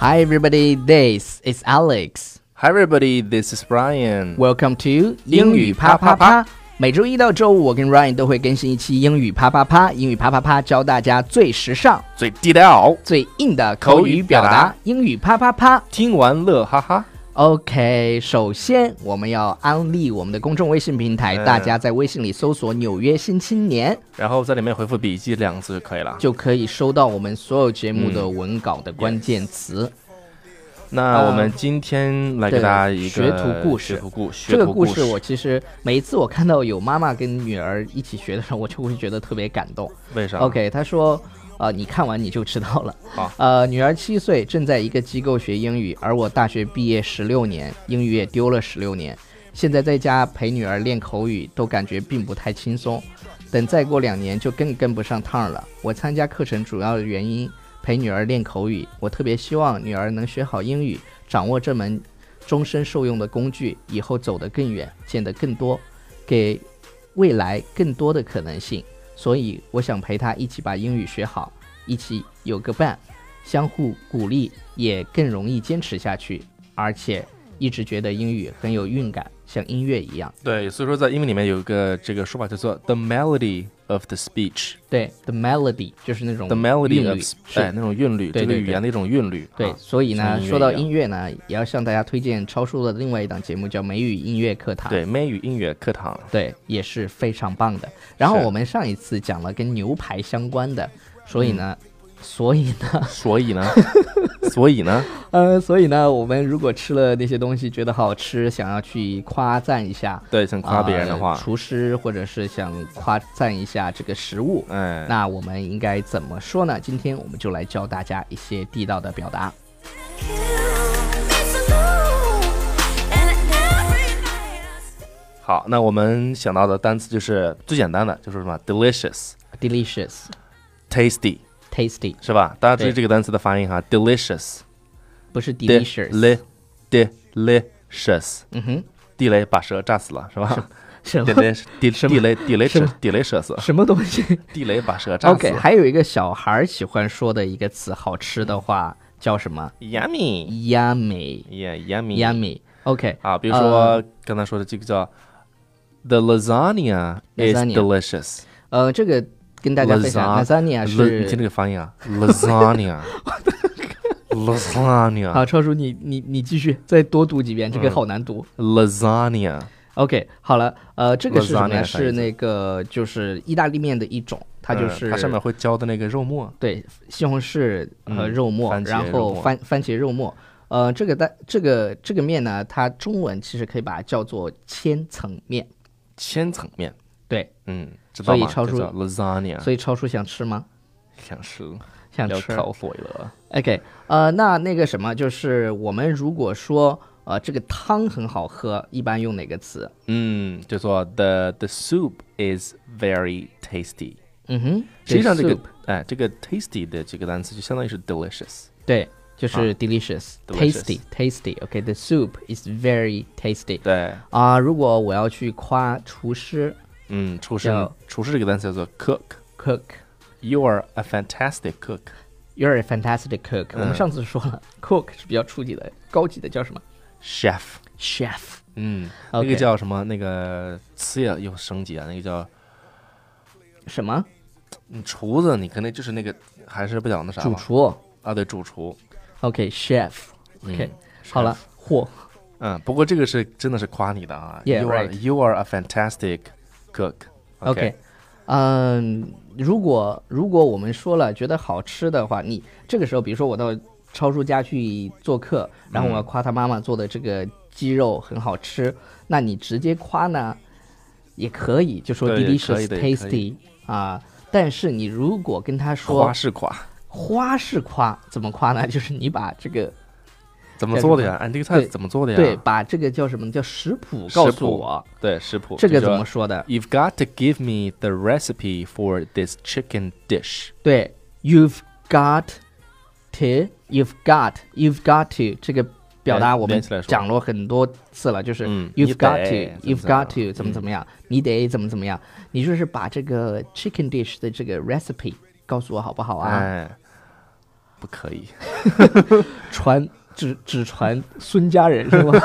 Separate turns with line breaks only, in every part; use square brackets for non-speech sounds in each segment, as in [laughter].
Hi, everybody. This is Alex.
Hi everybody, this is Brian.
Welcome to
英语啪啪啪。
每周一到周五，我跟 Ryan 都会更新一期英语啪啪啪。英语啪啪啪教大家最时尚、
最地道，
最硬的口语表达。
口语表达
英语啪啪啪。
听完乐哈哈。
OK，首先我们要安利我们的公众微信平台，
嗯
大家在微信里搜索“纽约新青年
然后在里面回复“笔记”两个字就可以了”，。
就可以收到我们所有节目的文稿的关键词。
那我们今天来给
呃对
大家一个
学徒故事
学徒故学
这个
徒
故
故
事，我其实每一次我看到有妈妈跟女儿一起学的时候，我就会觉得特别感动。
为啥
OK，他说，呃，你看完你就知道了。
好
呃，女儿七岁，正在一个机构学英语，而我大学毕业十六年，英语也丢了十六年，现在在家陪女儿练口语，都感觉并不太轻松。等再过两年就更跟不上趟了。我参加课程主要的原因陪女儿练口语，我特别希望女儿能学好英语，掌握这门终身受用的工具，以后走得更远，见得更多，给未来更多的可能性。所以我想陪她一起把英语学好，一起有个伴，相互鼓励，也更容易坚持下去。而且一直觉得英语很有韵感，像音乐一样。
对，所以说在英文里面有一个这个说法叫做 “the melody of the speech”。
对，the melody 就是那种
the melody
嗯韵
of
律
sp-
是
哎那种韵律，
对
这个
对
语
对
言的一种韵律。
对
啊，
所以呢
像，音乐
说到
一样
音乐呢，也要向大家推荐超叔的另外一档节目，叫《美语音乐课堂》。
对美语音乐
[laughs]
课堂，
对，也是非常棒的。然后
是嗯
我们上一次讲了跟牛排相关的，所以呢，所以呢，[laughs]
所以呢，所以呢，
呃，所以呢，我们如果吃了那些东西觉得好吃，想要去夸赞一下，
对，想夸别人的
呃
话，
厨师或者是想夸赞一下这个食物，
哎，
那我们应该怎么说呢？今天我们就来教大家一些地道的表达。
It's a move, and everybody else.
好，那我们想到的单词就是最简单的，就是什么 delicious、
Delicious,
tasty，
tasty，
是吧？大家注意
对
这个单词的发音哈，delicious、
不是 delicious。
deli、delicious，
嗯哼，
地雷把蛇炸死了，是吧
什么
[laughs] ？delicious、地
什么
地雷、
什
delicious、
么
delicious，
什么东西
地雷把蛇炸死
？OK，还有一个小孩儿喜欢说的一个词，好吃的话叫什么
yummy，yeah
？Yummy，yummy。
yummy。
Yummy OK，
啊，比如
呃
说刚才说的这个叫 the lasagna is
Lasagna
delicious。
呃，这个跟大家分享
lasagna
，lasagna
你听这
是
个发
[laughs]
音啊，lasagna。lasagna
好，啊超叔你你你继续再多读几遍，这
嗯
个好难读。
lasagna，
OK，好了，呃，这个是什么
Lasagna
呢？
啥意思
是那个就是意大利面的一种，它就
嗯
是、
它上面会浇的那个肉末，
对西红柿和
嗯
肉末，
番茄
然
肉
后
末
番番茄肉末。呃，这个单这个这个面呢，它中文其实可以把它叫做千层面。
千层面，
对，
嗯，知道
所以
吗？
超
这
出
叫 lasagna，
所以超叔想吃吗？
想吃，
想
要
吃。
烤死我了。
[laughs] OK，呃，那那个什么，就是我们如果说呃这个汤很好喝，一般用哪个词？
嗯，就说 the the soup is very tasty。
嗯哼，
实际上这个
soup，
哎，这个 tasty 的这个单词就相当于是 delicious。
对，就是
啊 delicious
delicious，tasty，tasty、OK，the soup is very tasty。
对，
啊、如果我要去夸厨师
嗯，厨师
叫
厨师这个单词叫做 cook。
cook，you're
You are a fantastic cook。
a fantastic cook、我们
嗯
上次说了，cook 是比较初级的，高级的叫什么
chef。
？chef。
嗯那
OK
个叫什么？那个词也有升级啊，那个叫
什么？
嗯厨子，你可能就是那个还是不讲那啥
主
吧
厨。
啊，对，主厨。
OK，chef、OK，、好了，嚯，
嗯，不过这个是真的是夸你的啊。
Yeah,
you are
right.
you are a fantastic cook.
OK，嗯，如果如果我们说了觉得好吃的话，你这个时候，比如说我到超叔家去做客，然后我要夸他妈妈做的这个鸡肉很好吃，那你直接夸呢也可以，就说
对也可
delicious
以的也可
tasty 啊。但是你如果跟他说
夸是夸，
花式夸，怎么夸呢？ [laughs] 就是你把这个
怎么做的呀？按这个菜
对
怎么做的呀？
对，把这个叫什么叫食谱告
啊食
诉
谱
我，
对，食谱。
这个
就
怎
说
么说的？
？You've got to give me the recipe for this chicken dish.
对，you've got to，you've got，you've got to 这个表达
连
我们
哎连起来说
讲了很多次了，就是
嗯
you've
你
got
得
to，you've
怎
got
么怎么
to 怎么
嗯
怎么样，你得怎么怎么样，你就是把这个 chicken dish 的这个 recipe 告诉我好不好啊？
哎，不可以。
[laughs] 传只只传孙家人是吗？ [laughs]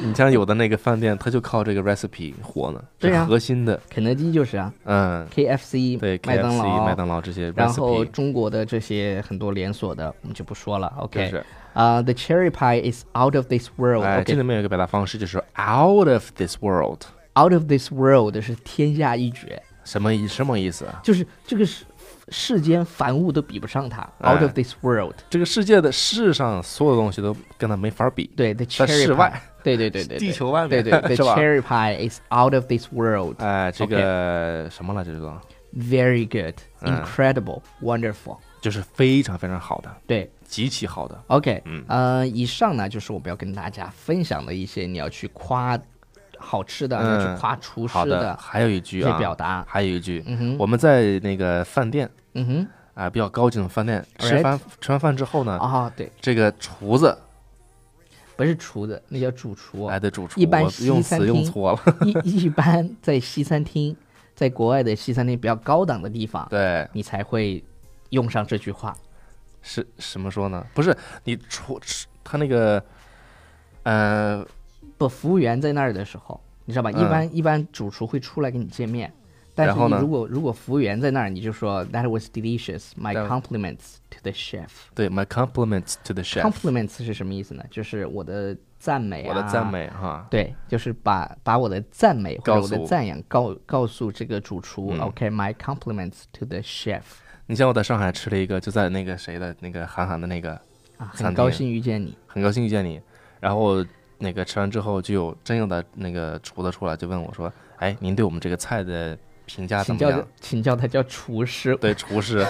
你像有的那个饭店，它就靠这个 recipe 活呢，
对呀
是核心的。
肯德基就是啊
嗯，
，KFC、
对
麦当
，KFC、
劳、
麦当劳这些 recipe，
然后中国的这些很多连锁的我们就不说了
就
，OK，
是，
啊、t h e cherry pie is out of this
哎，这
world，OK，out、
里面有一个表达方式，就是 out of this world，
of this world 是天下一绝，
什么意什么意思啊？
就是这个世世间凡物都比不上它、
哎
out of this world，
这个世界的世上所有东西都跟它没法比。
对，the
在
cherry
室
pie，
外
对对对对，对
地球外
对对
面
，the
是吧
cherry pie is out of this world，very
哎，这个什么来着？这个嗯
good，incredible，wonderful，、
就是非常非常好的，
对。
极其好的。
OK，
嗯
呃，以上呢就是我们要跟大家分享的一些你要去夸好吃的，要
嗯
去夸厨师
好的，还有一
这
句
些
啊，
表达。
还有一句，
嗯哼，
我们在那个饭店
嗯哼，
啊、比较高级的饭店，吃完
Right
饭吃完饭之后呢，
啊、对，
这个厨子
不是厨子，那叫主厨。
哎，对，主厨，
一般
我
西
用
餐
词用
厅
错了。
[laughs] 一一般在西餐厅，在国外的西餐厅比较高档的地方，
[laughs] 对，
你才会用上这句话。
是什么说呢？不是你厨吃他那个，呃，
不，服务员在那儿的时候，你知道吧？一
嗯
般一般主厨会出来跟你见面，但
然
是
后
你
呢
如果如果服务员在那儿，你就说 That was delicious. My
但
compliments to the chef.
对，my compliments to the chef，
compliments 是什么意思呢？就是我的赞美、啊，
我的赞。美哈。
对，就是把把我的赞美或者
告
我
诉嗯
的赞扬告告诉这个主厨、o k my compliments to the chef
你像我在上海吃了一个，就在那个谁的那个韩寒的那个，
啊，很
餐
高
厅
兴遇见你。
很高兴遇见你。然后那个吃完之后，就有真有的那个厨子出来就问我说：“哎，您对我们这个菜的评价怎
请
么
叫
样
他？”请叫他叫厨师。
对，
[laughs]
厨师，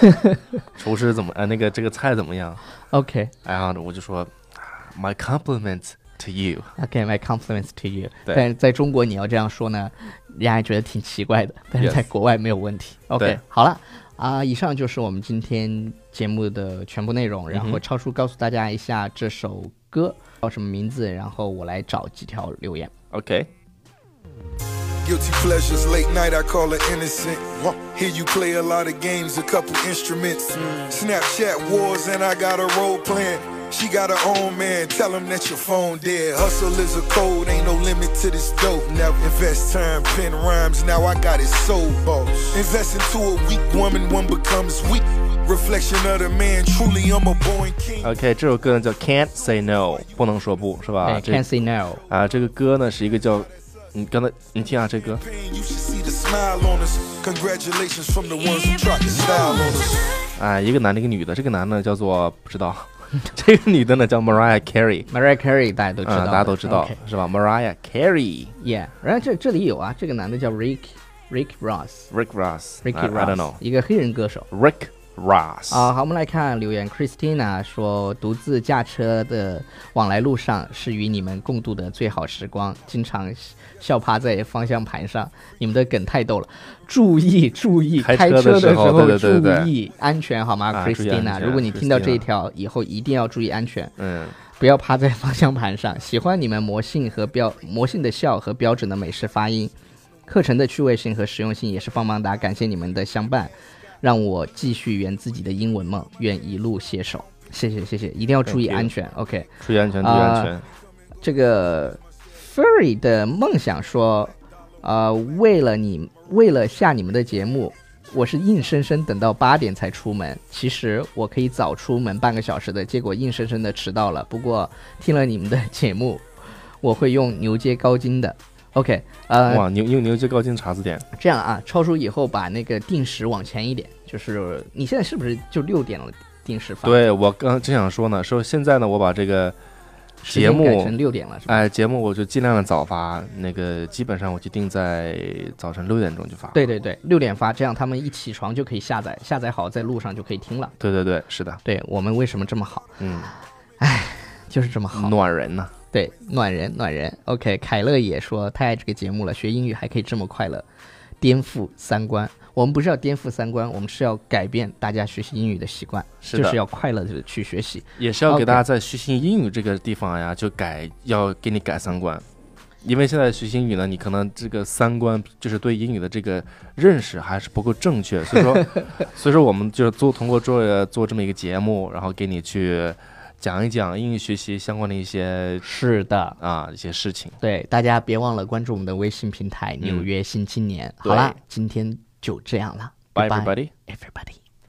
厨师怎么？呃，那个这个菜怎么样？
OK
然后我就说啊，My compliments to you。
OK my compliments to you。
对
但是在中国你要这样说呢，人家还觉得挺奇怪的，但是
Yes
在国外没有问题。OK
对
好了啊、以上就是我们今天节目的全部内容。
嗯
然后超叔告诉大家一下这首歌叫什么名字，然后我来找几条留言。
OK，
Guilty pleasures, late night, I call it innocent. Huh. Hear you play a lot of games, a couple instruments. Snapchat wars, and I got a role plan. She got her own man, tell him that your phone dead. Hustle is a code, ain't no limit to this dope. Now invest time, pen rhymes, now I got it sold, boss. Invest into a weak woman, one becomes weak. Reflection of the man, truly I'm a born king.
OK，这首歌呢叫《Can't Say No》，不能说不是吧？
哎
这
，Can't say no。
啊，这个歌呢是一个叫，你刚才你听下这歌，
Pain, you should see the smile on us. Congratulations from the ones who tried to style on us.
啊，一个男的，一个女的，这个男的叫做不知道， [laughs] 这个女的呢叫 Mariah Carey，
Mariah Carey 大家都知道
啊、
的，
大家都知道
OK，
是吧？Mariah Carey。
yeah，然后这这里有啊，这个男的叫 Rick Rick Ross。
Rick Ross,
Ricky
I,
Ross，
I don't know.
一个黑人歌手
Rick Ross
啊。好，我们来看留言，Christina 说，独自驾车的往来路上是与你们共度的最好时光，经常笑趴在方向盘上，你们的梗太逗了。注意注意，
开
开
车
车
的时候
候
对对对对
注意安全好吗
啊注意安
？Christina，
全
如果你听到
Christina
这一条，以后一定要注意安全。
嗯，
不要趴在方向盘上。喜欢你们魔性和标魔性的笑和标准的美式发音，课程的趣味性和实用性也是棒棒哒。感谢你们的相伴，让我继续圆自己的英文梦。愿一路携手，谢谢谢谢，一定要注意
Thank you
安全。OK，
注意安全，注意安全。
这个 Furry 的梦想说，呃，为了你，为了下你们的节目。我是硬生生等到八点才出门，其实我可以早出门半个小时的，结果硬生生的迟到了。不过听了你们的节目，我会用牛街高筋的。OK，呃，
哇，牛用牛街高进查字典，
这样啊，超叔以后把那个定时往前一点，就是你现在是不是就六点了？定时发
对我刚正想说呢，说现在呢，我把这个
时间
节目
改成六点了，是吧？
哎，节目我就尽量的早发，那个基本上我就定在早晨六点钟就发。
对对对，六点发，这样他们一起床就可以下载，下载好在路上就可以听了。
对对对，是的，
对我们为什么这么好，
嗯，
就是这么好。
暖人呐、
对，暖人暖人。OK，凯乐也说太爱这个节目了，学英语还可以这么快乐，颠覆三观。我们不是要颠覆三观，我们是要改变大家学习英语的习惯，
是
就
的
是要快乐的去学习。
也是要
OK
给大家在学习英语这个地方呀，就改要给你改三观。因为现在学英语呢，你可能这个三观就是对英语的这个认识还是不够正确，所以说，所以说我们就是做通过做做这么一个节目，然后给你去讲一讲英语学习相关的一些
是的，
啊一些事情。
对，大家别忘了关注我们的微
嗯
信平台《纽约新青年》。好啦，今天就这样了
Bye
，Goodbye，
everybody.
everybody。